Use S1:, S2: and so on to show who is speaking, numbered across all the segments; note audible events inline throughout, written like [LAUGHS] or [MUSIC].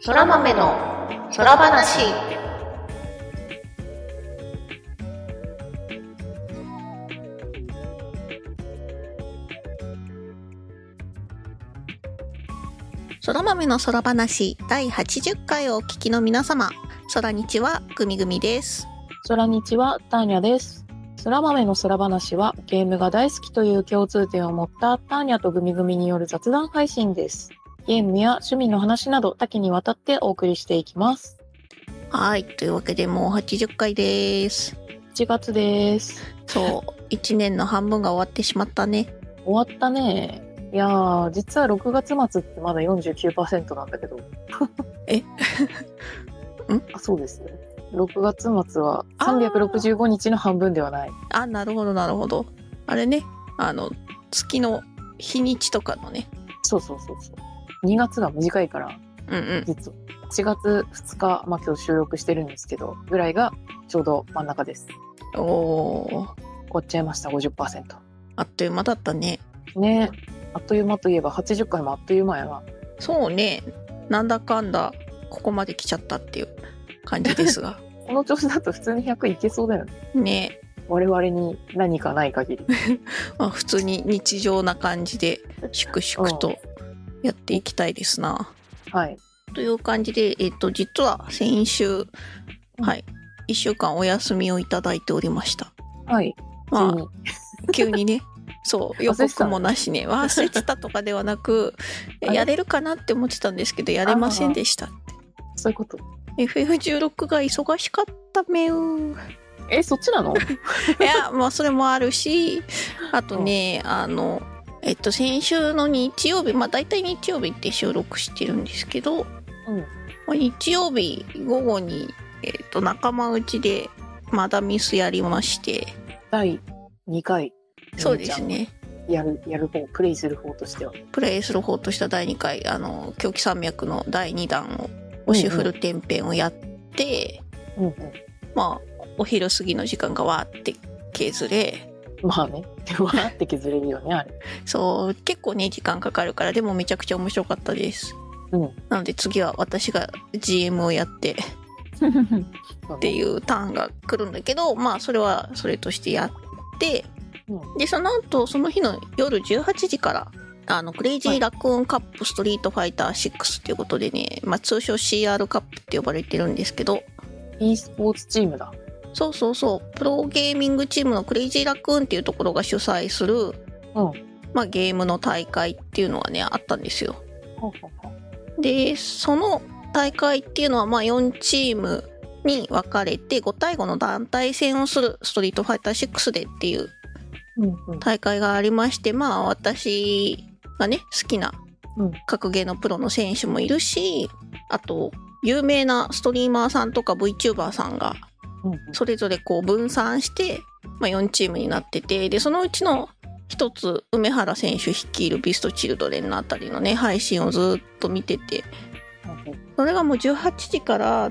S1: そら豆の空話
S2: 空豆の空話第80回をお聞きの皆様、空日はぐみぐみです。
S3: 空日はターニャです。空豆の空話はゲームが大好きという共通点を持ったターニャとグミグミによる雑談配信です。ゲームや趣味の話など多岐にわたってお送りしていきます。
S2: はい、というわけでもう80回です。
S3: 1月です。
S2: そう、1年 [LAUGHS] の半分が終わってしまったね。
S3: 終わったね。いやー、実は6月末ってまだ49%なんだけど。 [LAUGHS]
S2: えん
S3: あ、そうですね。6月末は365日の半分ではない。
S2: あ、なるほど、なるほど。あれね、あの、月の日にちとかのね。
S3: そうそうそうそう。2月が短いから、
S2: うんうん。
S3: 実は4月2日、まあ、今日収録してるんですけどぐらいがちょうど真ん中です
S2: おー、
S3: 終わっちゃいました50%
S2: あっという間だったね。
S3: ねえあっという間といえば80回もあっという間やな
S2: そうね、なんだかんだ、ここまで来ちゃったっていう感じです
S3: [LAUGHS]
S2: が。
S3: この調子だと普通に100いけそうだよね
S2: ね
S3: 我々に何かない限り
S2: まあ、普通に日常な感じで粛々とやっていきたいですな。
S3: はい
S2: という感じで、えっと、実は先週、はい、1週間お休みをいただいておりました。
S3: はい
S2: まあ、 [LAUGHS]
S3: 急に
S2: 急にね、そう、予告もなしね、忘れてたとかではなく、
S3: [LAUGHS] あれ
S2: やれるかなって思ってたんですけど、やれませんでした。
S3: そういうこと
S2: FF16 が忙しかっため [LAUGHS] う。
S3: えそっち
S2: [LAUGHS]
S3: なの
S2: いや、まあ、それもあるし、あとね、あの、えっと、先週の日曜日、まあ、大体日曜日って収録してるんですけど、
S3: うん
S2: まあ日曜日午後に、えっと、仲間内でマダミスやりまして、
S3: 第2回
S2: そうですね。
S3: やるやる方プレイする方としては
S2: プレイする方とした第2回、あの、狂気山脈の第2弾を、星降る天辺をやって、
S3: うんうん
S2: まあ、お昼過ぎの時間がわーって削れ、
S3: まあね [LAUGHS] わーって削れるよねあれ
S2: そう結構ね時間かかるからでもめちゃくちゃ面白かったです、 [LAUGHS]
S3: うん
S2: なので次は私が GM をやってっ
S3: って
S2: いううターンが来るんだけどまあそれはそれとしてやって
S3: ん、
S2: でその後その日の夜18時からあのクレイジーラクーンカップストリートファイター6っていうことでね、まあ、通称 CR カップって呼ばれてるんですけど
S3: e スポーツチームだ
S2: そうそうそうプロゲーミングチームのクレイジーラクーンっていうところが主催する、
S3: うん
S2: まあ、ゲームの大会っていうのがねあったんですよ
S3: ほうほうほう
S2: でその大会っていうのはまあ4チームに分かれて5対5の団体戦をする「ストリートファイター6で」っていう
S3: うんうん
S2: 大会がありましてまあ私がね好きな
S3: うん
S2: 格ゲーのプロの選手もいるしあと有名なストリーマーさんとか VTuber さんが
S3: うんうん
S2: それぞれこう分散して、まあ、4チームになっててでそのうちの一つ梅原選手率いるビストチルドレンのあたりのね配信をずっと見ててそれがもう18時から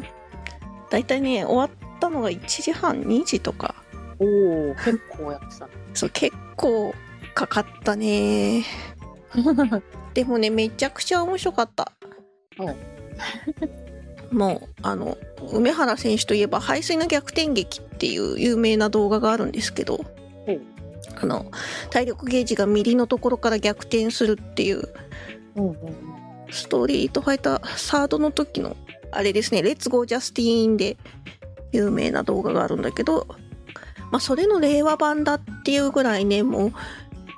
S2: だいたいね終わったのが1時半2時とか
S3: おお結構やってた
S2: そう結構かかったね
S3: ね
S2: でもねめちゃくちゃ面白かった、
S3: はい
S2: もうあの梅原選手といえば「排水の逆転劇」っていう有名な動画があるんですけど
S3: ほう
S2: あの体力ゲージが右のところから逆転するっていう
S3: うんうんうん
S2: ストリートファイターサードの時のあれですね「レッツゴージャスティーン」で有名な動画があるんだけど、まあ、それの令和版だっていうぐらいねもう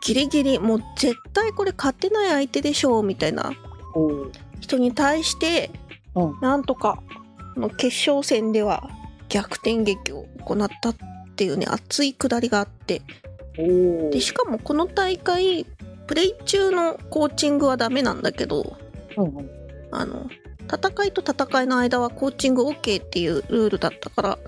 S2: ギリギリもう絶対これ勝てない相手でしょうみたいな
S3: おお
S2: 人に対して、
S3: うん
S2: なんとかこの決勝戦では逆転劇を行ったっていうね熱いくだりがあって
S3: おお
S2: でしかもこの大会プレイ中のコーチングはダメなんだけど
S3: うんうん
S2: あの戦いと戦いの間はコーチング OK っていうルールだったから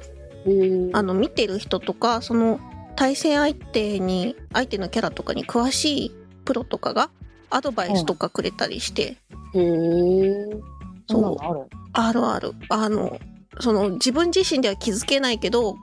S3: えー、
S2: あの見てる人とかその対戦相手に相手のキャラとかに詳しいプロとかがアドバイスとかくれたりして、
S3: へえそ
S2: そう
S3: んなのある
S2: あるある。あの、その自分自身では気づけないけど、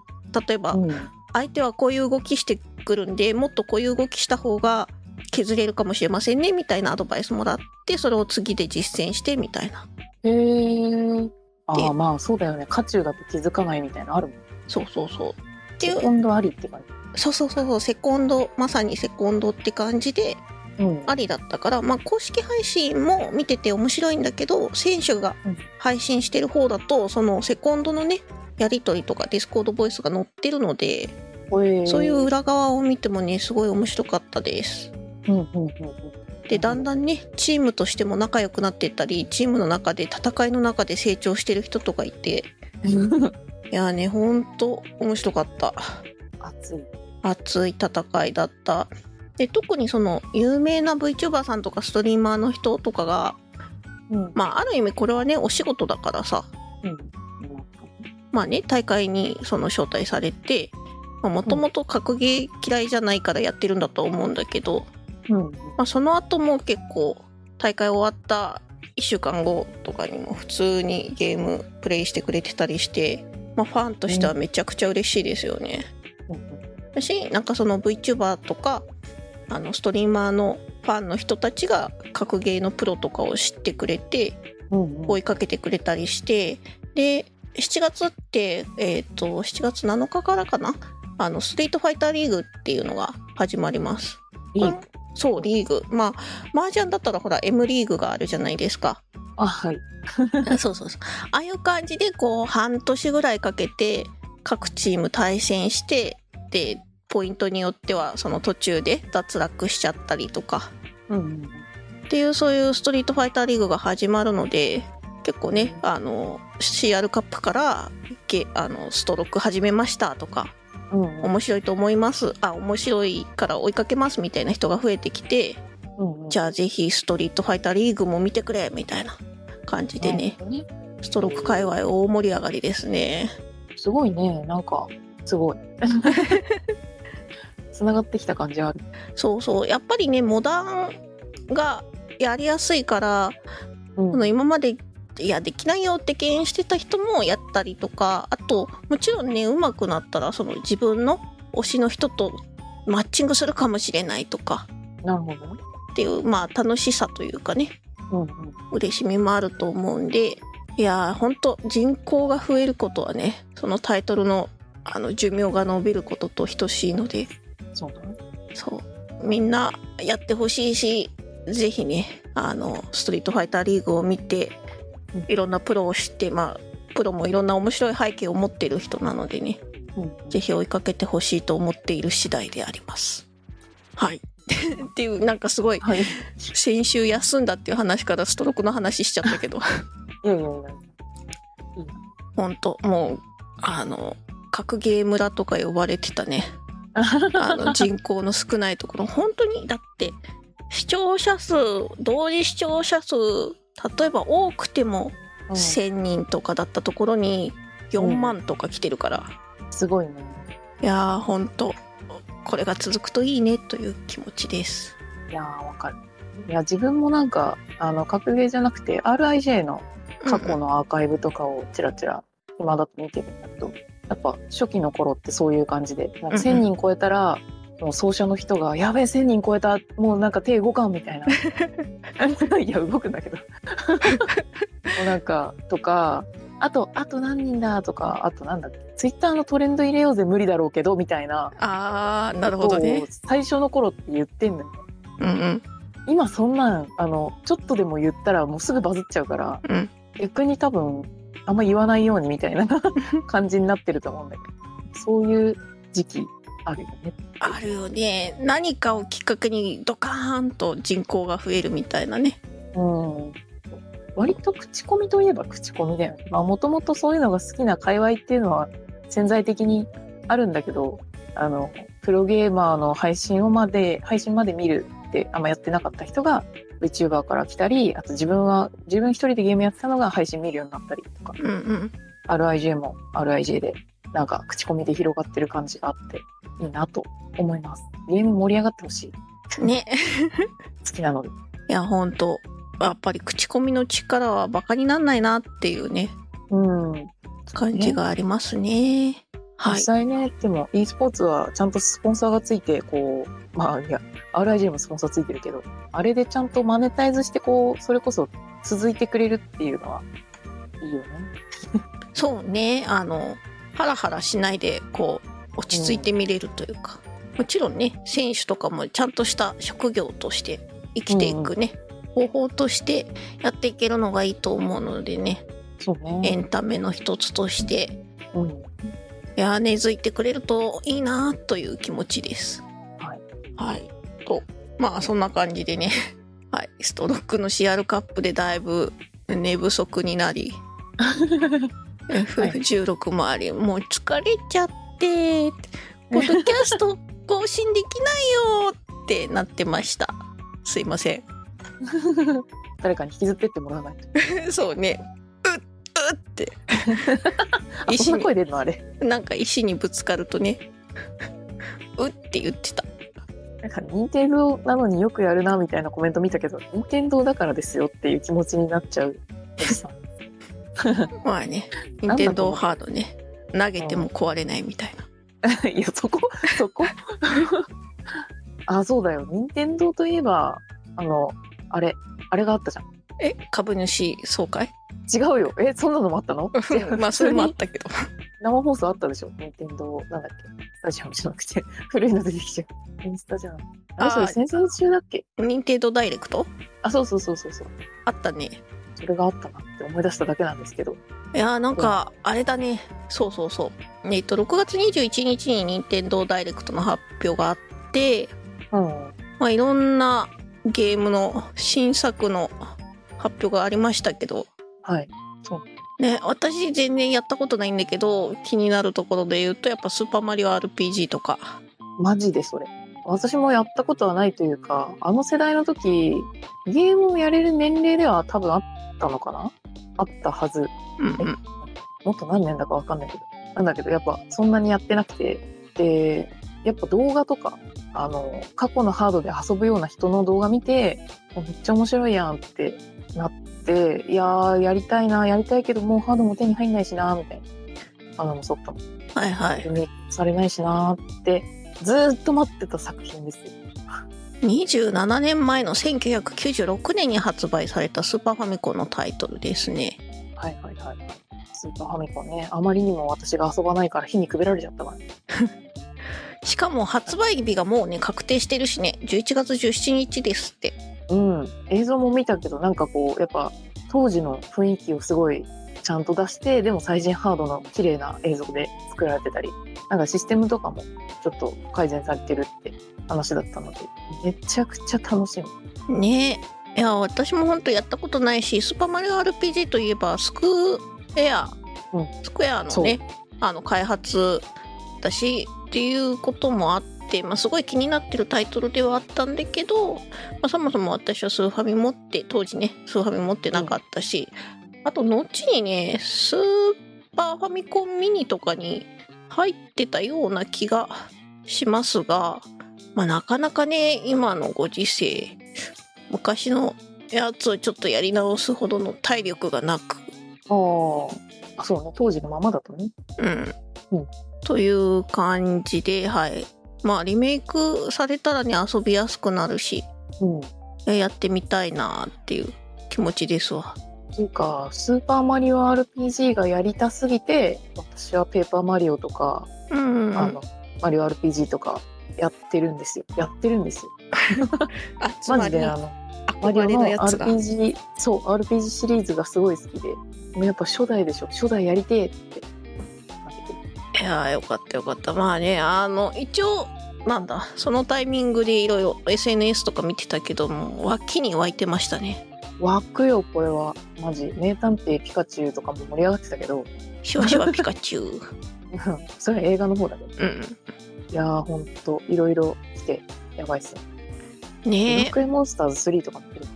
S2: 例えば、
S3: うん
S2: 相手はこういう動きしてくるんで、もっとこういう動きした方が削れるかもしれませんね、みたいなアドバイスもらって、それを次で実践して、みたいな。
S3: へへえ。あ
S2: で
S3: あ、まあそうだよね。渦中だと気づかないみたいなのあるもん。
S2: そうそうそう。ってい
S3: セ
S2: う
S3: コンドありって感
S2: そうそうそうそうセコンドまさにセコンドって感じで
S3: じ。うん。
S2: ありだったから、まあ、公式配信も見てて面白いんだけど選手が
S3: うん
S2: 配信してる方だとそのセコンドのねやり取りとかディスコードボイスが載ってるので
S3: へえ
S2: そういう。裏側を見てもねすごい面白かったです。
S3: うんうんうん
S2: でだんだんねチームとしても仲良くなってったりチームの中で戦いの中で成長してる人とかいて
S3: うん。
S2: いやーねほんと面白かった。
S3: 熱い。
S2: 熱い戦いだったで特にその有名な VTuber さんとかストリーマーの人とかが
S3: うん。
S2: まあある意味これはねお仕事だからさ
S3: うん。
S2: まあね大会にその招待されてもともと格ゲー嫌いじゃないからやってるんだと思うんだけど、
S3: うん。
S2: まあ、その後も結構大会終わった1週間後とかにも普通にゲームプレイしてくれてたりして、まあ、ファンとしてはめちゃくちゃ嬉しいですよね。だしなんかその VTuber とかあのストリーマーのファンの人たちが格ゲーのプロとかを知ってくれて
S3: うん。うん。
S2: 追いかけてくれたりしてで7月って、えー、と7月7日からかなあのストリートファイターリーグっていうのが始まります。
S3: いい。
S2: そうリーグまあ麻雀だったらほら M リーグがあるじゃないですか
S3: あ、はい。
S2: あそうそうそうああいう感じでこう半年ぐらいかけて各チーム対戦してでポイントによってはその途中で脱落しちゃったりとか
S3: うん。
S2: っていうそういうストリートファイターリーグが始まるので結構ねあの CR カップからゲあのストローク始めましたとか
S3: うん。
S2: 面白いと思いますあ面白いから追いかけますみたいな人が増えてきて
S3: うん。
S2: じゃあぜひストリートファイターリーグも見てくれみたいな感じでね、
S3: なるほどね。
S2: ストローク界隈大盛り上がりですね。
S3: すごいね。なんか、
S2: [LAUGHS]
S3: すごい。つながってきた感じある。
S2: そうそうやっぱりねモダンがやりやすいから、
S3: うん
S2: その今までいやできないよって敬遠してた人もやったりとかあともちろんね上手くなったらその自分の推しの人とマッチングするかもしれないとか
S3: なるほどね。
S2: っていうまあ楽しさというかね
S3: うんうん。
S2: 嬉しみもあると思うんでいやーほんと人口が増えることはねそのタイトルのあの寿命が伸びることと等しいので
S3: そうだね。
S2: そうみんなやってほしいしぜひねあのストリートファイターリーグを見て
S3: うん
S2: いろんなプロを知ってまあプロもいろんな面白い背景を持ってる人なのでね
S3: うん。
S2: ぜひ追いかけてほしいと思っている次第であります。はい [LAUGHS] っていうなんかすごい
S3: はい。い
S2: 先週休んだっていう話からストロークの話しちゃったけど
S3: やいやいや。
S2: 本当もうあの格ゲー村とか呼ばれてた
S3: [LAUGHS]
S2: ねあの人口の少ないところ本当にだって視聴者数同時視聴者数例えば多くても
S3: うん
S2: 1,000人とかだったところに4万とか来てるから、
S3: すごいね。
S2: いやー本当これが続くといいねという気持ちです。
S3: いやーわかる。いや自分もなんかあの格ゲーじゃなくて RIJ の過去のアーカイブとかをちらちら今だと見てるんだけどやっぱ初期の頃ってそういう感じでなんか1,000人超えたら、もう奏者の人が「やべえ1,000人超えたもうなんか手動かん」みたいな [LAUGHS] いや動くんだけどもうなんかとかあとあと何人だとかあとなんだっけツイッターのトレンド入れようぜ無理だろうけどみたいな
S2: あーなる
S3: こ
S2: ほ
S3: と
S2: ど
S3: を
S2: ね。
S3: 最初の頃って言ってんのよ。
S2: うんうん
S3: 今そんなんあのちょっとでも言ったらもうすぐバズっちゃうから、
S2: うん
S3: 逆に多分あんま言わないようにみたいな [LAUGHS] 感じになってると思うんだけどそういう時期あるよね
S2: あるよね何かをきっかけにドカーンと人口が増えるみたいなね
S3: うん割と口コミといえば口コミだよねまあもともとそういうのが好きな界隈っていうのは潜在的にあるんだけどあのプロゲーマーの配信をまで配信まで見るってあんまやってなかった人が VTuber から来たりあと自分は自分一人でゲームやってたのが配信見るようになったりとか
S2: うんうん
S3: RIJ も RIJ でなんか口コミで広がってる感じがあっていいなと思いますゲーム盛り上がってほしい
S2: ね。
S3: 好きなので
S2: いや、ほんと。やっぱり口コミの力はバカになんないなっていうね、
S3: うん
S2: 感じがありますね。は
S3: 実
S2: い。
S3: 際ね、でも e スポーツはちゃんとスポンサーがついてこうまあいや RIJ もスポンサーついてるけどあれでちゃんとマネタイズしてこうそれこそ続いてくれるっていうのは、いいよね。
S2: そうねあのハラハラしないでこう落ち着いて見れるというか、もちろんね選手とかもちゃんとした職業として生きていくね、方法としてやっていけるのがいいと思うのでね
S3: そう
S2: エ
S3: ね。
S2: ンタメの一つとして
S3: [LAUGHS] うん。
S2: いやー根付いてくれるといいなーという気持ちです。
S3: はい、
S2: はい、とまあそんな感じでね、 [LAUGHS] はい、ストロックの CR カップでだいぶ寝不足になり F16 もあり、もう疲れちゃってポッドキャスト更新できないよーってなってました。すいません。 [LAUGHS]
S3: 誰かに引きずってってもらわないと。
S2: そうね。うっ、うって。
S3: [LAUGHS] あ、そんな声出るのあれ。
S2: なんか石にぶつかるとね、 [LAUGHS] うって言ってた。
S3: なんか、任天堂なのによくやるな、みたいなコメント見たけど、任天堂だからですよっていう気持ちになっちゃう。おじさん
S2: まあね、任
S3: なんだ
S2: 天
S3: と
S2: 堂
S3: 思う
S2: ハードね、投げても壊れないみたいな。
S3: いや、そこ、そこ。 [LAUGHS] あ、そうだよ。任天堂といえば、あの、あれ、あれがあったじゃん。
S2: え、株主総会
S3: 違うよ。え、そんなのもあったの違う
S2: まあ、それもあったけど。
S3: 生放送あったでしょ任天堂なんだっけスタジアムじゃなくて古いの出てきちゃうインスタじゃんあれ
S2: あー
S3: それ先々週だっけ
S2: 任天堂ダイレクト
S3: あそうそうそうそうそう
S2: あったね。
S3: それがあったなって思い出しただけなんですけど
S2: いやーなんか、あれだね。そうそうそう。えっと、6月21日に任天堂ダイレクトの発表があって、
S3: うん
S2: まあ、いろんなゲームの新作の発表がありましたけど、
S3: はい
S2: ね、私全然やったことないんだけど気になるところで言うとやっぱ「スーパーマリオ RPG」とか
S3: マジでそれ私もやったことはないというかあの世代の時ゲームをやれる年齢では多分あったのかなあったはず
S2: うんうん
S3: もっと何年だかわかんないけどなんだけどやっぱそんなにやってなくてでやっぱ動画とかあの過去のハードで遊ぶような人の動画見てめっちゃ面白いやんってなっていやーやりたいなやりたいけどもうハードも手に入んないしなみたいなあのソフトも
S2: はいはい
S3: 読みされないしなってずーっと待ってた作品ですよ。
S2: 27年前の1996年に発売されたスーパーファミコンのタイトルですね
S3: はいはいはいはい。スーパーファミコンねあまりにも私が遊ばないから火にくべられちゃったわ。
S2: しかも発売日がもうね確定してるしね11月17日ですって
S3: うん、映像も見たけどなんかこうやっぱ当時の雰囲気をすごいちゃんと出してでも最新ハードの綺麗な映像で作られてたりなんかシステムとかもちょっと改善されてるって話だったのでめちゃくちゃ楽しみ
S2: ねいや私もほんとやったことないし「スーパーマリオ RPG」といえばスクエア、
S3: うん
S2: スクエアのねあの開発だしっていうこともあって、まあ、すごい気になってるタイトルではあったんだけど、まあ、そもそも私はスーファミ持って当時ねスーファミ持ってなかったし、あと後にねスーパーファミコンミニとかに入ってたような気がしますが、まあ、なかなかね今のご時世昔のやつをちょっとやり直すほどの体力がなく、
S3: あーあそうね当時のままだとね
S2: うん
S3: うん
S2: という感じではいまあリメイクされたらね遊びやすくなるし
S3: うん
S2: えやってみたいなっていう気持ちですわ
S3: っていうか「スーパーマリオ RPG」がやりたすぎて私は「ペーパーマリオ」とか
S2: うんう
S3: 「
S2: ん
S3: あのマリオ RPG」とかやってるんですよやってるんですよ
S2: あつ
S3: マ
S2: ま
S3: ジ
S2: り
S3: であのマリオ
S2: 憧れ
S3: の
S2: のやつが
S3: RPG そう RPG シリーズがすごい好きでもうやっぱ初代でしょ初代やりてえって
S2: いやーよかったよかったまあねあの一応なんだそのタイミングでいろいろ SNS とか見てたけども脇に湧いてましたね
S3: 湧くよこれはマジ名探偵ピカチュウとかも盛り上がってたけど [LAUGHS]
S2: シワシワピカチュウ
S3: それは映画の方だけど
S2: うん
S3: いやーほんといろいろ来てやばいっすね
S2: ね
S3: ド
S2: え
S3: ラクエモンスターズ3とかも来るのか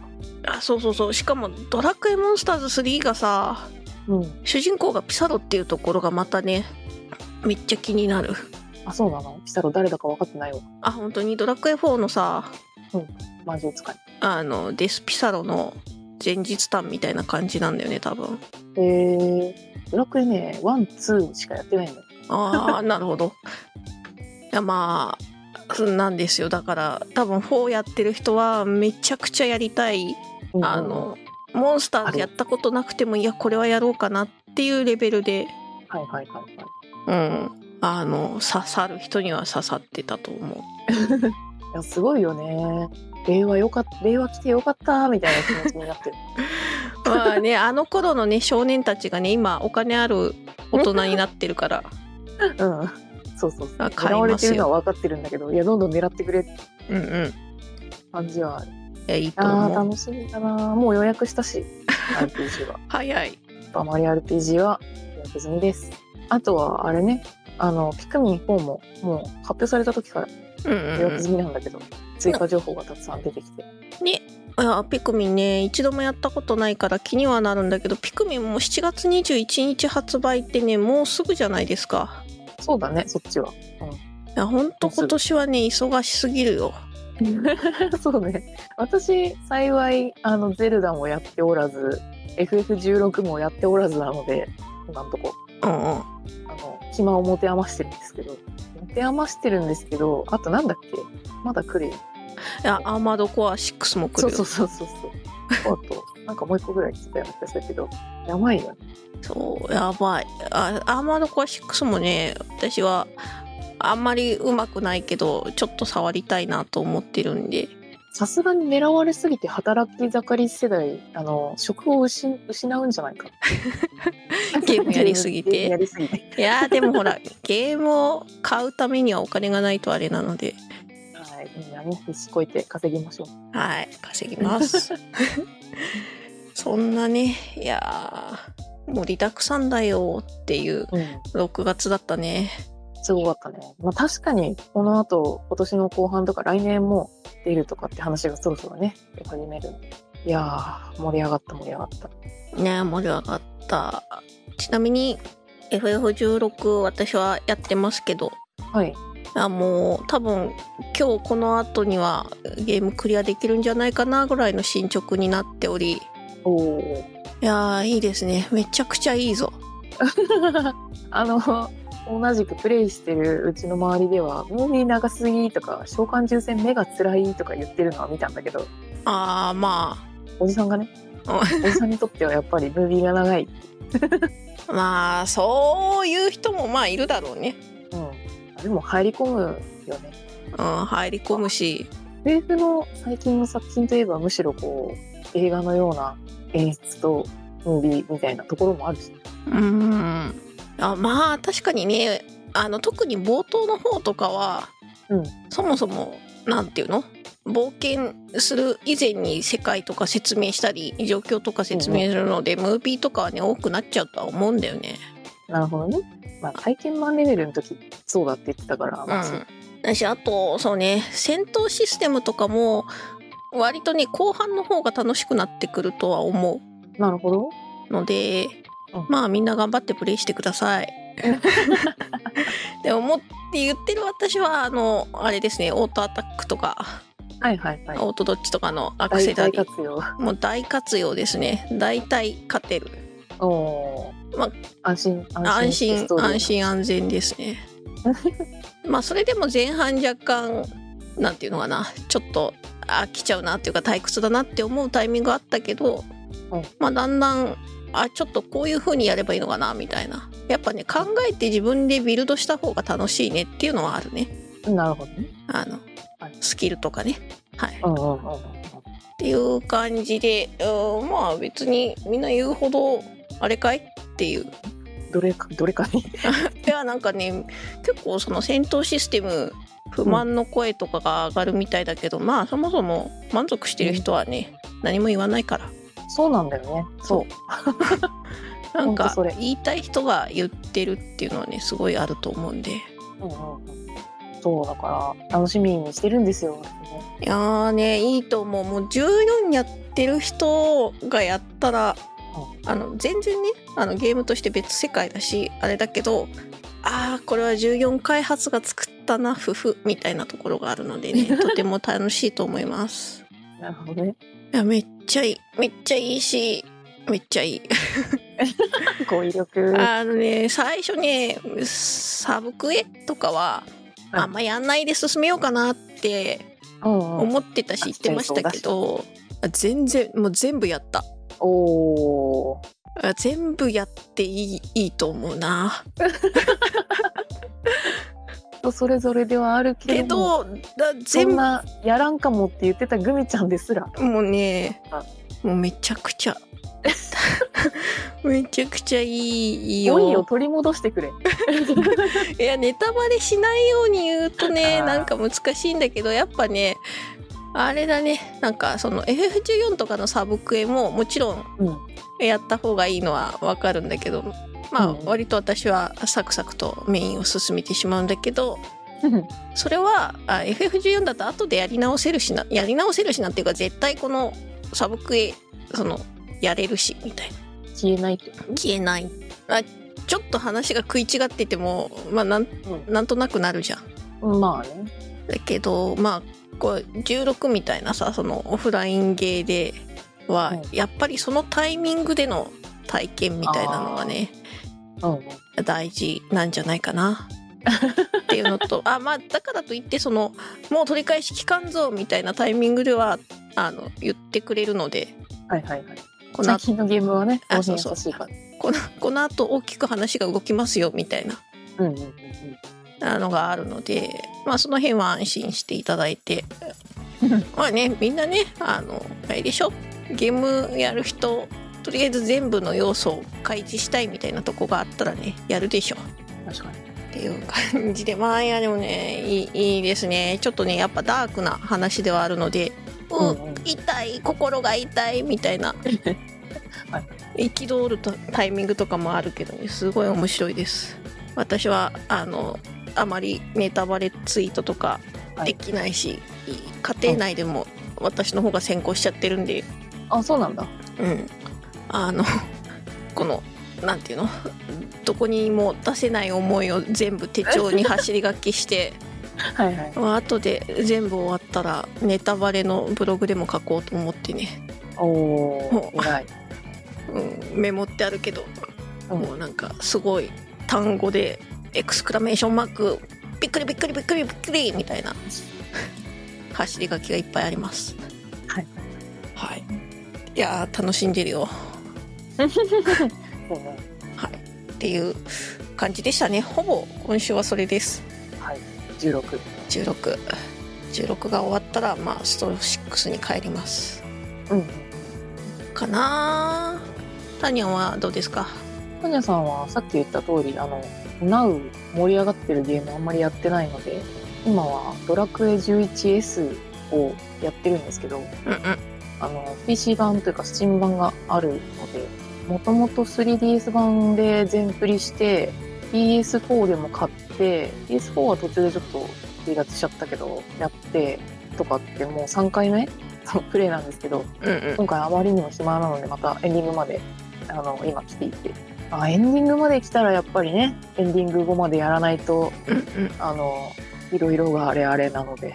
S2: あそうそうそうしかも「ドラクエモンスターズ3」がさ
S3: うん
S2: 主人公がピサロっていうところがまたねめっちゃ気になる
S3: あそうなのピサロ誰だか分かってないわ
S2: あ本当に「ドラクエ4」のさ
S3: 魔女使い
S2: あのデスピサロの前日譚みたいな感じなんだよね多分
S3: えー、ドラクエね12しかやってないんだよ
S2: ああ
S3: [LAUGHS]
S2: なるほどいやまあそうなんですよだから多分4やってる人はめちゃくちゃやりたい
S3: うんうん
S2: あのモンスターズやったことなくてもいやこれはやろうかなっていうレベルで、
S3: はいはいはいはい。
S2: うん、あの刺さる人には刺さってたと思う。
S3: いやすごいよね。令和よかった、令和来てよかったみたいな気持ちにな [LAUGHS] ってる。
S2: まあねあの頃のね少年たちがね今お金ある大人になってるから
S3: うん。そうそうそう。
S2: あ買
S3: 狙
S2: い
S3: われ
S2: ま
S3: て
S2: すよ
S3: るのは分かってるんだけど、いや、どんどん狙ってくれって
S2: うんうんい
S3: 感じはある。
S2: やいいと
S3: あー
S2: 思う
S3: 楽しみだな。もう予約した [LAUGHS] し、RPG は。
S2: 早い
S3: スーパーマリオ RPG は予約済みです。あとは、あれね、あの、ピクミン4も、もう発表された時から
S2: うん
S3: 予
S2: うん、う
S3: 約
S2: ん
S3: 済みなんだけど、追加情報がたくさん出てきて。
S2: いやピクミンね一度もやったことないから気にはなるんだけどピクミンも7月21日発売ってねもうすぐじゃないですか
S3: そうだね、そっちは。
S2: いやほんと今年はね忙しすぎるよ
S3: [LAUGHS] そうね。私、幸い、あの、ゼルダもやっておらず、FF16 もやっておらずなので、今んとこ、
S2: うんうん
S3: あの、暇を持て余してるんですけど、持て余してるんですけど、あとなんだっけまだ来るよ。
S2: いやアーマードコア6も来
S3: そ
S2: る
S3: う
S2: よ
S3: そうそうそうそう。あと、なんかもう一個ぐらい来てたような気がするけど、やばいよね。
S2: そうやばいあアーマードコア6もね私はあんまりうまくないけどちょっと触りたいなと思ってるんで
S3: さすがに狙われすぎて働き盛り世代、あの、職を失失うんじゃないか。
S2: ゲームやりすぎて
S3: ゲームやりすぎて。
S2: いやーでもほらゲームを買うためにはお金がないとあれなので
S3: はい、みんなね、必死こいて稼ぎましょう。
S2: はい稼ぎますそんなねいやー盛りだくさんだよっていう
S3: うん、
S2: 6月だったね
S3: すごかったね。まあ確かに、この後、今年の後半とか来年も出るとかって話がそろそろね、出始める。いやー、盛り上がった盛り上がった。
S2: ねえ盛り上がったちなみに FF16 私はやってますけど
S3: はい。
S2: あもう多分今日この後にはゲームクリアできるんじゃないかなぐらいの進捗になっており
S3: おお。
S2: いやーいいですねめちゃくちゃいいぞ
S3: [LAUGHS] あの、同じくプレイしてるうちの周りでは、ムービー長すぎとか、召喚獣戦目が辛いとか言ってるのは見たんだけど、
S2: あーま
S3: おじさんがね、
S2: うん [LAUGHS]
S3: おじさんにとってはやっぱりムービーが長い。
S2: あまあそういう人もまあいるだろうね
S3: うん。でも入り込むよね。
S2: うん入り込むし
S3: FF の最近の作品といえばむしろこう映画のような演出とムービーみたいなところもあるし
S2: うんあまあ確かにねあの特に冒頭の方とかは、
S3: うん
S2: そもそもなんていうの冒険する以前に世界とか説明したり状況とか説明するので、ムービーとかはね多くなっちゃうとは思うんだよね。
S3: なるほどね、まあ、体験版レベルの時そうだって言ってたから、まあそう
S2: だしあとそうね戦闘システムとかも割とね後半の方が楽しくなってくるとは思
S3: なるほど
S2: うので、
S3: うん
S2: まあみんな頑張ってプレイしてください。でももって言ってる私はあのあれですねオートアタックとか
S3: はいはいはい
S2: オートドッジとかのアクセ
S3: 大
S2: サ
S3: 体
S2: リー
S3: 活用
S2: もう大活用ですね大体勝てる
S3: おー
S2: ま
S3: 安心
S2: 安
S3: 安心
S2: 心
S3: ストーリー
S2: 安心安全ですね
S3: [LAUGHS]
S2: まあそれでも前半若干なんていうのかなちょっと飽きちゃうなっていうか退屈だなって思うタイミングあったけど、
S3: うん
S2: まあだんだんあちょっとこういう風にやればいいのかなみたいなやっぱね考えて自分でビルドした方が楽しいねっていうのはあるね
S3: なるほどね
S2: あの
S3: はい
S2: スキルとかねはい
S3: うんうんうんうん
S2: っていう感じで、うんまあ別にみんな言うほどあれかいっていう。
S3: どれかどれかに [LAUGHS]
S2: いやなんかね結構その戦闘システム不満の声とかが上がるみたいだけど、まあそもそも満足してる人はね、何も言わないから
S3: そうなんだよねそ
S2: [LAUGHS]
S3: う
S2: なん
S3: ほん
S2: か
S3: とそれ
S2: 言いたい人が言ってるっていうのはねすごいあると思うんで
S3: う、うんうんうん、そうだから楽しみにしてるんですよ私も
S2: いやーねいいと思うもう14やってる人がやったらあの全然ねあのゲームとして別世界だしあれだけどああこれは14開発が作ったな夫婦みたいなところがあるので
S3: [LAUGHS]
S2: ねとても楽しいと思います
S3: なるほど [LAUGHS] ね
S2: いやめっちゃいいめっちゃいいしめっちゃいい
S3: 語彙力
S2: あのね最初ねサブクエとかは
S3: はい
S2: あんまやんないで進めようかなって
S3: うんうん
S2: 思ってたし言ってましたけど全然もう全部やった
S3: おー。
S2: あ全部やっていいいいと思うな
S3: 人それぞれではあるけ
S2: け
S3: ども、
S2: どだ
S3: そ
S2: 全
S3: ん
S2: 部
S3: なやらんかもって言ってたグミちゃんですら。
S2: もうね
S3: あ
S2: もうめちゃくちゃめちゃくちゃいいいい
S3: 語彙を
S2: よ
S3: 取り戻して
S2: [LAUGHS]
S3: くれ。
S2: いやネタバレしないように言うとね
S3: あー
S2: なんか難しいんだけどやっぱねあれだねなんかその FF14 とかのサブクエももちろん
S3: うん。
S2: やった方がいいのはわかるんだけどまあ
S3: うん
S2: 割と私はサクサクとメインを進めてしまうんだけどそれはあ FF14 だと後でやり直せるしなやり直せるしなっていうか絶対このサブクエそのやれるしみたいな
S3: 消えないって。
S2: 消えないあちょっと話が食い違っててもまあなんなんとなくなるじゃん。
S3: まあね。
S2: だけどまあこう16みたいなさそのオフラインゲーでは、
S3: はい
S2: やっぱりそのタイミングでの体験みたいなのがね
S3: うん。
S2: 大事なんじゃないかなっていうのとあまあだからといってそのもう取り返し期間ぞみたいなタイミングではあの言ってくれるので
S3: はいはいはい。
S2: この
S3: 最
S2: 後
S3: 近のゲームはね、
S2: あ
S3: 更新優
S2: そうそ
S3: しいから。
S2: このこの後大きく話が動きますよみたいな
S3: うんうんうんうん。
S2: あのがあるので、まあ、その辺は安心していただいてまあねみんなねあのあれでしょゲームやる人とりあえず全部の要素を開示したいみたいなとこがあったらねやるでしょ
S3: 確かに。
S2: っていう感じでまあいやでもねいいいいですねちょっとねやっぱダークな話ではあるので、う
S3: うんうん
S2: 痛い心が痛いみたいな
S3: [LAUGHS] はい
S2: 憤るとタイミングとかもあるけどねすごい面白いです私はあのあまりネタバレツイートとか
S3: は
S2: で
S3: い
S2: きないし、家庭内でも私の方が先行しちゃってるんで
S3: あ、そうなんだ。
S2: うん、あの [LAUGHS] このなんていうのどこにも出せない思いを全部手帳に走り書きして
S3: はいはい。
S2: まあ後で全部終わったらネタバレのブログでも書こうと思ってね、
S3: お
S2: もう
S3: ー、偉い。
S2: うん、メモってあるけど、
S3: うん
S2: もうなんかすごい単語でエクスクラメーションマークびっくりびっくりびっくりびっくりみたいな走り書きがいっぱいあります。
S3: はい。
S2: はい、いやー楽しんでるよ。
S3: そうね。
S2: はい、っていう感じでしたねほぼ今週はそれです
S3: 16。
S2: 1616が終わったらまあスト6に帰ります
S3: うん。
S2: かなータニャンはどうですか
S3: パニャさんはさっき言った通り、あの、Now 盛り上がってるゲームあんまりやってないので、今はドラクエ 11S をやってるんですけど、
S2: うんうん
S3: あの、PC 版というか Steam 版があるので、もともと 3DS 版で全プリして、PS4 でも買って、PS4 は途中でちょっと離脱しちゃったけど、やってとかってもう3回目 [LAUGHS] のプレイなんですけど、
S2: うんうん
S3: 今回あまりにも暇なのでまたエンディングまであの今来ていてあエンディングまで来たらやっぱりねエンディング後までやらないと
S2: うんうん
S3: あのいろいろがあれあれなのでい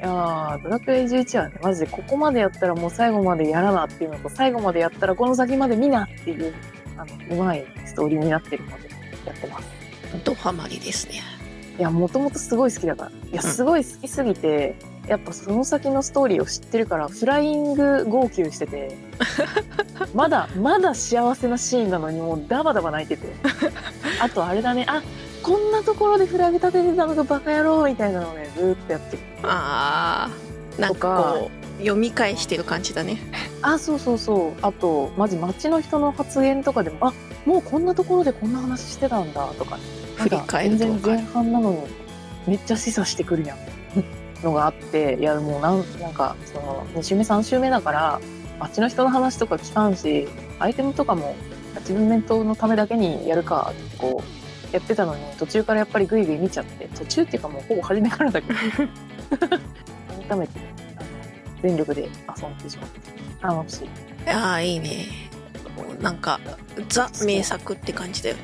S3: やードラクエ11はねマジでここまでやったらもう最後までやらなっていうのと最後までやったらこの先まで見なっていうあのうまいストーリーになってるのでやってます
S2: ドハマりですね
S3: いやもともとすごい好きだからいや
S2: うん
S3: すごい好きすぎて、やっぱその先のストーリーを知ってるからフライング号泣して
S2: [LAUGHS]
S3: てまだまだ幸せなシーンなのにもうダバダバ泣いててあとあれだねあこんなところでフラグ立ててたのがバカ野郎みたいなのをねずーっとやってる
S2: あーなんかこう読み返してる感じだね
S3: あそうそうそうあとマジ街の人の発言とかでもあもうこんなところでこんな話してたんだとか
S2: 振り返ると
S3: 全
S2: わ
S3: 然
S2: かる
S3: 前半なのにめっちゃ示唆してくるやん [LAUGHS] のがあっていやもうなんなんかその2週目3週目だから街の人の話とか聞かんしアイテムとかも自分面倒のためだけにやるかってこうやってたのに途中からやっぱりグイグイ見ちゃって途中っていうかもうほぼ初めから [LAUGHS] だけど改めてあの全力で遊んでしまった楽しい
S2: あーいいねなんかザ名作って感じだよね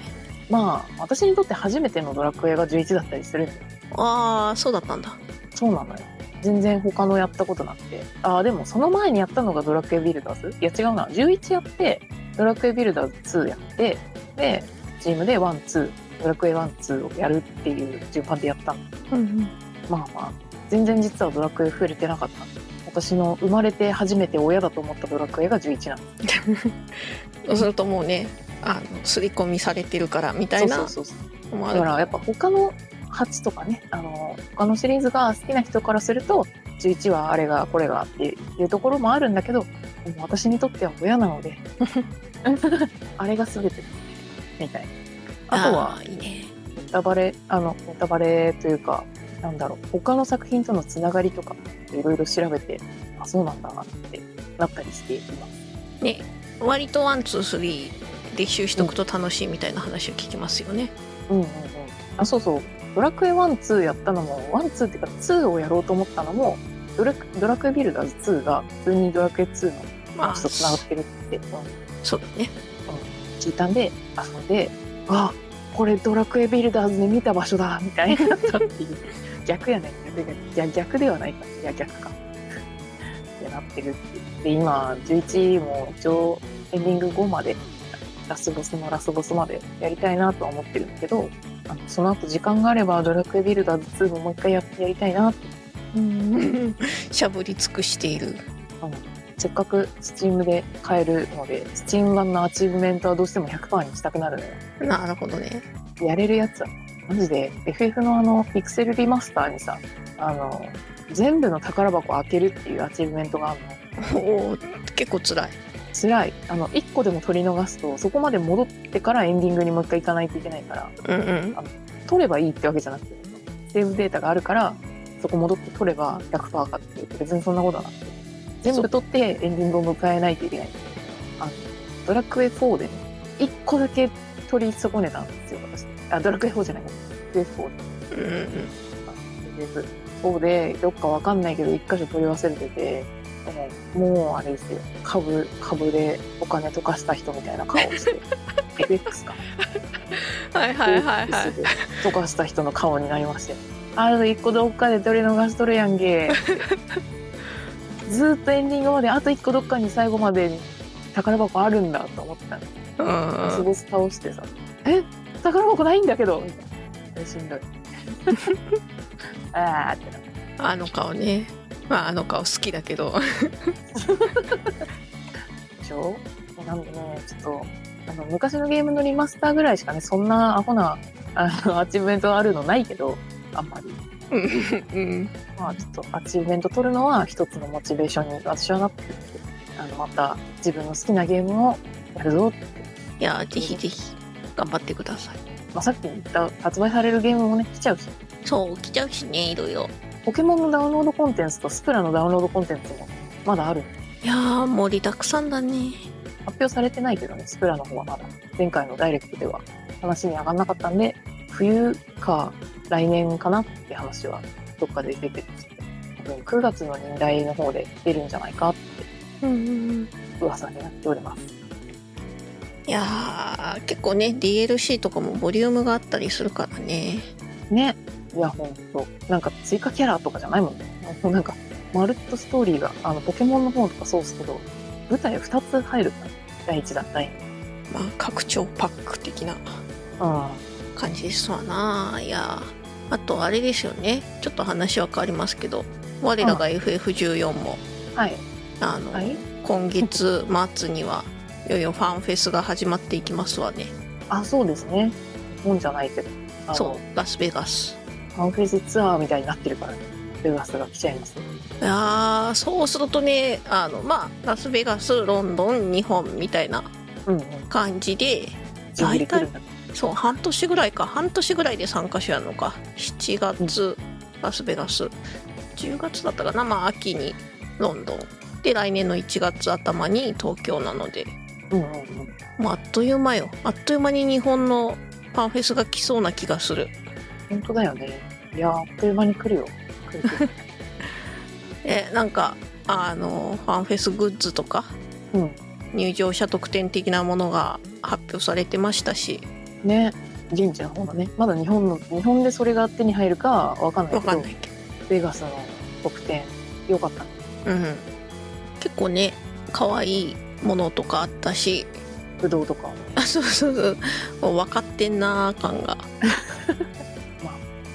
S3: まあ私にとって初めてのドラクエが11だったりするんで
S2: ああそうだったんだ
S3: そうなのよ。全然他のやったことなくて。ああ、でもその前にやったのがドラクエビルダーズいや違うな。11やって、ドラクエビルダーズ2やって、で、チームで1、2、ドラクエ1、2をやるっていう順番でやったの。
S2: うん
S3: まあまあ、全然実はドラクエ触れてなかったの。大私の生まれて初めて親だと思ったドラクエが11なの
S2: そうするともうねあの刷り込みされてるからみたい
S3: そ
S2: な
S3: うそうそうそう
S2: のもあ
S3: だ
S2: る
S3: からやっぱ他の初とかねあの他のシリーズが好きな人からすると11はあれがこれがっていうところもあるんだけどもう私にとっては親なのであれが全てみたいなあとは
S2: ーいいね
S3: ネタバレあのネタバレというかなんだろう他の作品とのつながりとかいろいろ調べてあそうなんだなってなったりしています
S2: ね割とワンツースリーで習しとくと楽しいみたいな話を聞きますよね、
S3: うんうんうんあそうそう「ドラクエ12」やったのも12っていうか2をやろうと思ったのもドラク「ドラクエビルダーズ2」が普通に「ドラクエ2」の
S2: まあ
S3: 話とつながってるって、うん
S2: そうだね [LAUGHS]
S3: 聞いたんで遊んで「あこれドラクエビルダーズで見た場所だ」みたいになったっていう逆やね逆逆いや逆ではないかいや逆かってなってるっていうで今11も一応エンディング5までラスボスのラスボスまでやりたいなとは思ってるんだけどあのその後時間があればドラクエビルダーズ2ももう一回ややりたいなって
S2: うんしゃぶり尽くしている
S3: せっかく Steam で買えるので Steam 版のアチーブメントはどうしても100%にしたくなるのよ
S2: なるほどね
S3: やれるやつはマジで FF のあのピクセルリマスターにさあの全部の宝箱開けるっていうアチーブメントがあるの
S2: おお結構辛い
S3: 辛いあの1個でも取り逃すとそこまで戻ってからエンディングにもう一回行かないといけないから
S2: うんうん
S3: 取ればいいってわけじゃなくてセーブデータがあるからそこ戻って取れば100%かっていうと別にそんなことはなくて全部取ってエンディングを迎えないといけないあのドラクエ4でね1個だけ取り損ねたんですよ私あドラクエ4じゃないドラクエ4で
S2: うんうん
S3: です。そうで、どっかわかんないけど、一箇所取り忘れてて、うんもうあれですよ、株、株でお金溶かした人みたいな顔を
S2: [LAUGHS]
S3: して、FX か。
S2: はいはいはいはい
S3: FX で溶かした人の顔になりまして、あと一個どっかで取り逃しとるやんけ。ずーっとエンディングまで、あと一個どっかに最後まで宝箱あるんだと思ってたんです。
S2: うん
S3: ラス
S2: うん
S3: ボス倒してさ「え宝箱ないんだけど」みたいなしんどい [LAUGHS] あーってな
S2: あの顔ねまああの顔好きだけど
S3: でしょなんでねちょっとあの昔のゲームのリマスターぐらいしかねそんなアホなあのア [LAUGHS] チーブメントあるのないけどあんまり
S2: うんうん
S3: まあちょっとアチーブメント取るのは一つのモチベーションに私はなってるんであのまた自分の好きなゲームをやるぞって、
S2: いやぜひぜひ頑張ってください
S3: まあ、さっき言った発売されるゲームもね来ちゃうし
S2: そう来ちゃうしねいろいろ
S3: ポケモンのダウンロードコンテンツとスプラのダウンロードコンテンツもまだある
S2: いやー盛りだくさんだね
S3: 発表されてないけどね、スプラの方はまだ、前回のダイレクトでは話に上がんなかったんで、冬か来年かなって話はどっかで出てるんですけど、多分9月の年代の方で出るんじゃないかって
S2: うんうんうん
S3: 噂になっております。
S2: いやー結構ね DLC とかもボリュームがあったりするからね
S3: ね。いや、ほんと。なんか追加キャラとかじゃないもんね。もうなんか、まるっとストーリーが、あの、ポケモンの方とかそうっすけど、舞台2つ入るから第1弾、第
S2: まあ拡張パック的な
S3: 2。
S2: 感じですわないやーあとあれですよねちょっと話は変わりますけど我らが FF14 も、
S3: うん。はい。
S2: あの、
S3: はい。
S2: 今月末にはいよいよファンフェスが始まっていきますわね
S3: あ、そうですね。本じゃないけど。あの
S2: そうラスベガス
S3: ファンフェスツアーみたいになってるから、ね、ベガスが来ちゃいますね。
S2: いやーそうするとねあのまあラスベガスロンドン日本みたいな
S3: うんうん。
S2: 感じで
S3: 準備できるんだ。
S2: そう半年ぐらいか半年ぐらいで参加者やるのか7月ラスベガス10月だったかなまあ秋にロンドンで来年の1月頭に東京なので
S3: うんうんうん。
S2: もうあっという間よあっという間に日本のパンフェスが来そうな気がする
S3: 本当だよね。いやー、あっという間に来るよ。来る来
S2: [LAUGHS]
S3: る
S2: えなんかあのファンフェスグッズとか
S3: うん。
S2: 入場者特典的なものが発表されてましたし
S3: ね。現地の方がね。まだ日本の、日本でそれが手に入るかわかんない
S2: わ
S3: け
S2: かん
S3: ど
S2: な、いけど
S3: ベガスの特典、よかったね。
S2: うん結構ね可愛いものとかあったし
S3: ぶどうとか。
S2: あそうそうそうもう分かってんなー感が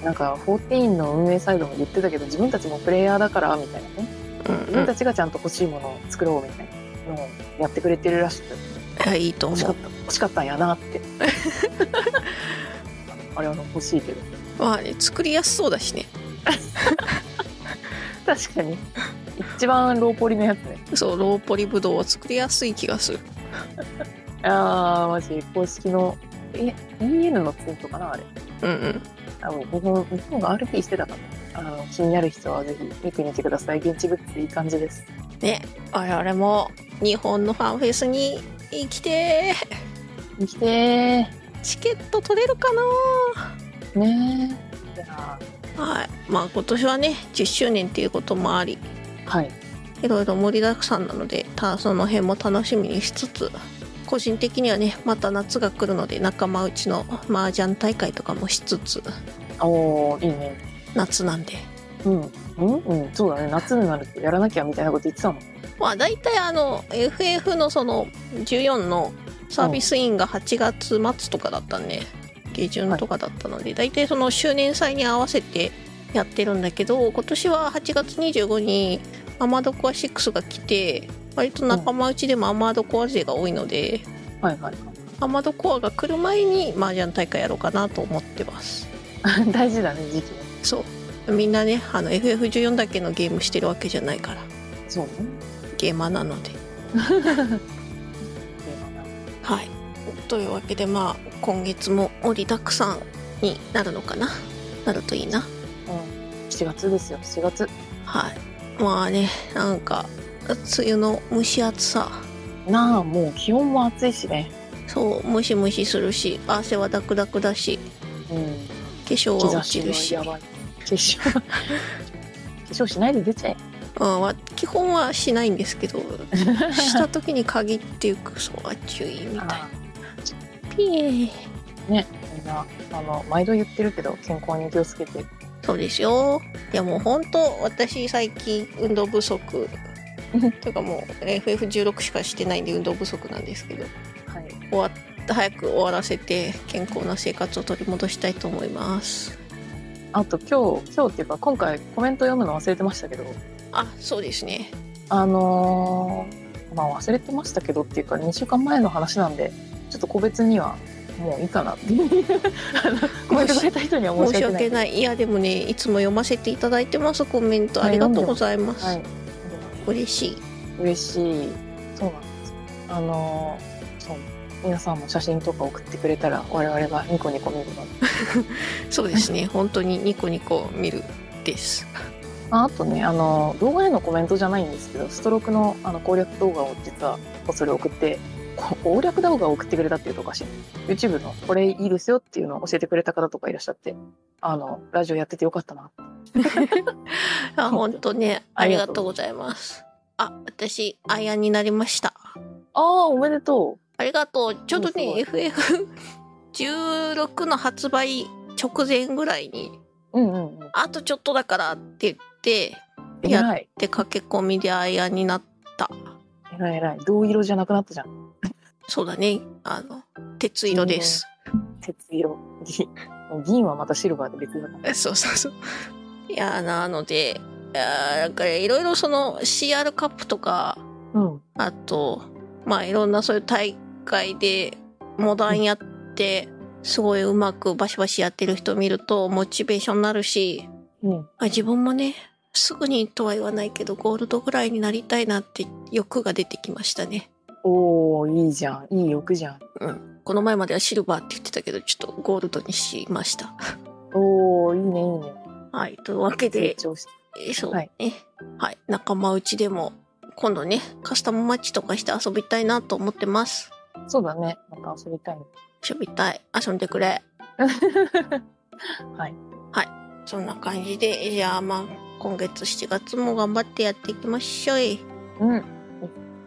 S3: なんか、14の運営サイドも言ってたけど、自分たちもプレイヤーだから、みたいなね。
S2: うん
S3: 自分たちがちゃんと欲しいものを作ろうみたいなのをやってくれてるらしく
S2: いやいいと
S3: 欲しか
S2: 思
S3: った欲しかったんやなって [LAUGHS] あれは欲しいけど
S2: うまあね作りやすそうだしね
S3: 確かに一番ローポリのやつね
S2: そうローポリブドウは作りやすい気がする
S3: あーマジ公式のえ EN のツイートかなあれ
S2: うんうん
S3: あの僕も日本が RP してたからあの気になる人はぜひ見てみてください現地ブックいい感じです
S2: ね我々も日本のファンフェスに行きてー
S3: 行きて
S2: チケット取れるかな
S3: ーねえいや
S2: はいまあ今年はね10周年っていうこともあり
S3: ーはい
S2: いろいろ盛りだくさんなのでたその辺も楽しみにしつつ個人的にはねまた夏が来るので仲間内の麻雀大会とかもしつつ
S3: おーいいね
S2: 夏なんで
S3: うん、うん、うん、そうだね、夏になるとやらなきゃみたいなこと言ってたもん。
S2: まあ大体あの FF のその14のサービスインが8月末とかだったんで下旬とかだったので、大体その周年祭に合わせてやってるんだけど今年は8月25にアマドコア6が来て割と仲間内でもアマドコア勢が多いので、
S3: はいはい。
S2: アマドコアが来る前に麻雀大会やろうかなと思ってます
S3: [LAUGHS] 大事だね、時期。
S2: そうみんなねあの FF14 だけのゲームしてるわけじゃないから
S3: そうね。
S2: ゲーマーなのではい。というわけで、まあ、今月も盛りだくさんになるのかななるといいな。
S3: うん、7月ですよ、7月。
S2: はい。まあね、なんか、梅雨の蒸し暑さ。
S3: なあ、もう気温も暑いしね。
S2: そう、ムシムシするし、汗はダクダクだし、
S3: うん。
S2: 化粧
S3: 日
S2: は
S3: 差
S2: 落ちる
S3: し
S2: し。
S3: はやばい。化粧。化粧しないで出ちゃえ。
S2: うん、わ基本はしないんですけ
S3: [LAUGHS]
S2: ど、した時に限っていく、そう、あ注意みたいな。ピー
S3: みんな、あの、毎度言ってるけど、健康に気をつけて。
S2: そうですよ。いやもう本当私最近運動不足というかもう FF16 しかしてないんで運動不足なんですけど
S3: はい。
S2: 終わっ早く終わらせて健康な生活を取り戻したいと思います。
S3: あと、今日、今日っていうか、今回コメント読むの忘れてましたけど、
S2: あそうですね。
S3: あのーまあ忘れてましたけどっていうか2週間前の話なんでちょっと個別にはもういいか
S2: [LAUGHS]
S3: なっていうあのコメントくれた人には
S2: 申
S3: 申
S2: し
S3: し訳ない
S2: 訳ない。いやでもねいつも読ませていただいてますコメント
S3: はい
S2: ありがとうございます。
S3: はい
S2: 嬉しい。
S3: 嬉しいそうなんですあのーそう皆さんも写真とか送ってくれたら我々がニコニコ見るので
S2: そうですね本当にニコニコ見るです。
S3: ああとねあのー動画へのコメントじゃないんですけどストロークのあの攻略動画を実はそれ送ってこ攻略動画を送ってくれたっていうとおかしい YouTube のこれいいですよっていうのを教えてくれた方とかいらっしゃってあのラジオやっててよかったな
S2: あ本当ねあ
S3: あ
S2: り
S3: り
S2: が
S3: が
S2: と
S3: と
S2: う
S3: う
S2: ございます。あ私あやになりました。
S3: ああおめでと
S2: ありがとう。ちょうどね、
S3: うん
S2: FF16 の発売直前ぐらいに、
S3: ううんうんうん
S2: あとちょっとだからって言って、いや
S3: 偉い
S2: で、駆け込みでアイアンになった。
S3: 偉い偉い銅色じゃなくなったじゃん
S2: そうだね。あの、鉄色です。
S3: 鉄色銀銀はまたシルバーで別だから
S2: そうそうそう。いやー、なので、いやーなんかいろいろその CR カップとか、
S3: うん
S2: あと、まあいろんなそういう大会でモダンやって、すごいうまくバシバシやってる人見るとモチベーションになるし、
S3: うん
S2: あ自分もねすぐにとは言わないけどゴールドぐらいになりたいなって欲が出てきましたね
S3: おおいいじゃんいい欲じゃん
S2: うんこの前まではシルバーって言ってたけどちょっとゴールドにしました
S3: おおいいねいいね
S2: はいというわけで
S3: 成長して
S2: えーそう
S3: は
S2: ね
S3: い
S2: はい、仲間内でも今度ねカスタムマッチとかして遊びたいなと思ってます
S3: そうだねまた遊びたいね
S2: 遊びたい遊んでくれ
S3: [LAUGHS] はい
S2: そんな感じでじゃあまあ今月7月も頑張ってやっていきましょうい
S3: うん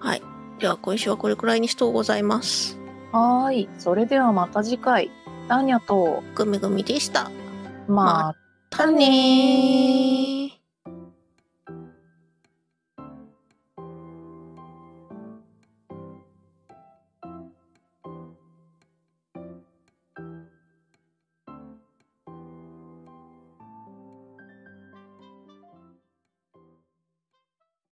S2: はいでは今週はこれくらいにしとうございます
S3: はーいそれではまた次回ダーニャと
S2: グミグミでした
S3: まあ
S2: たねー。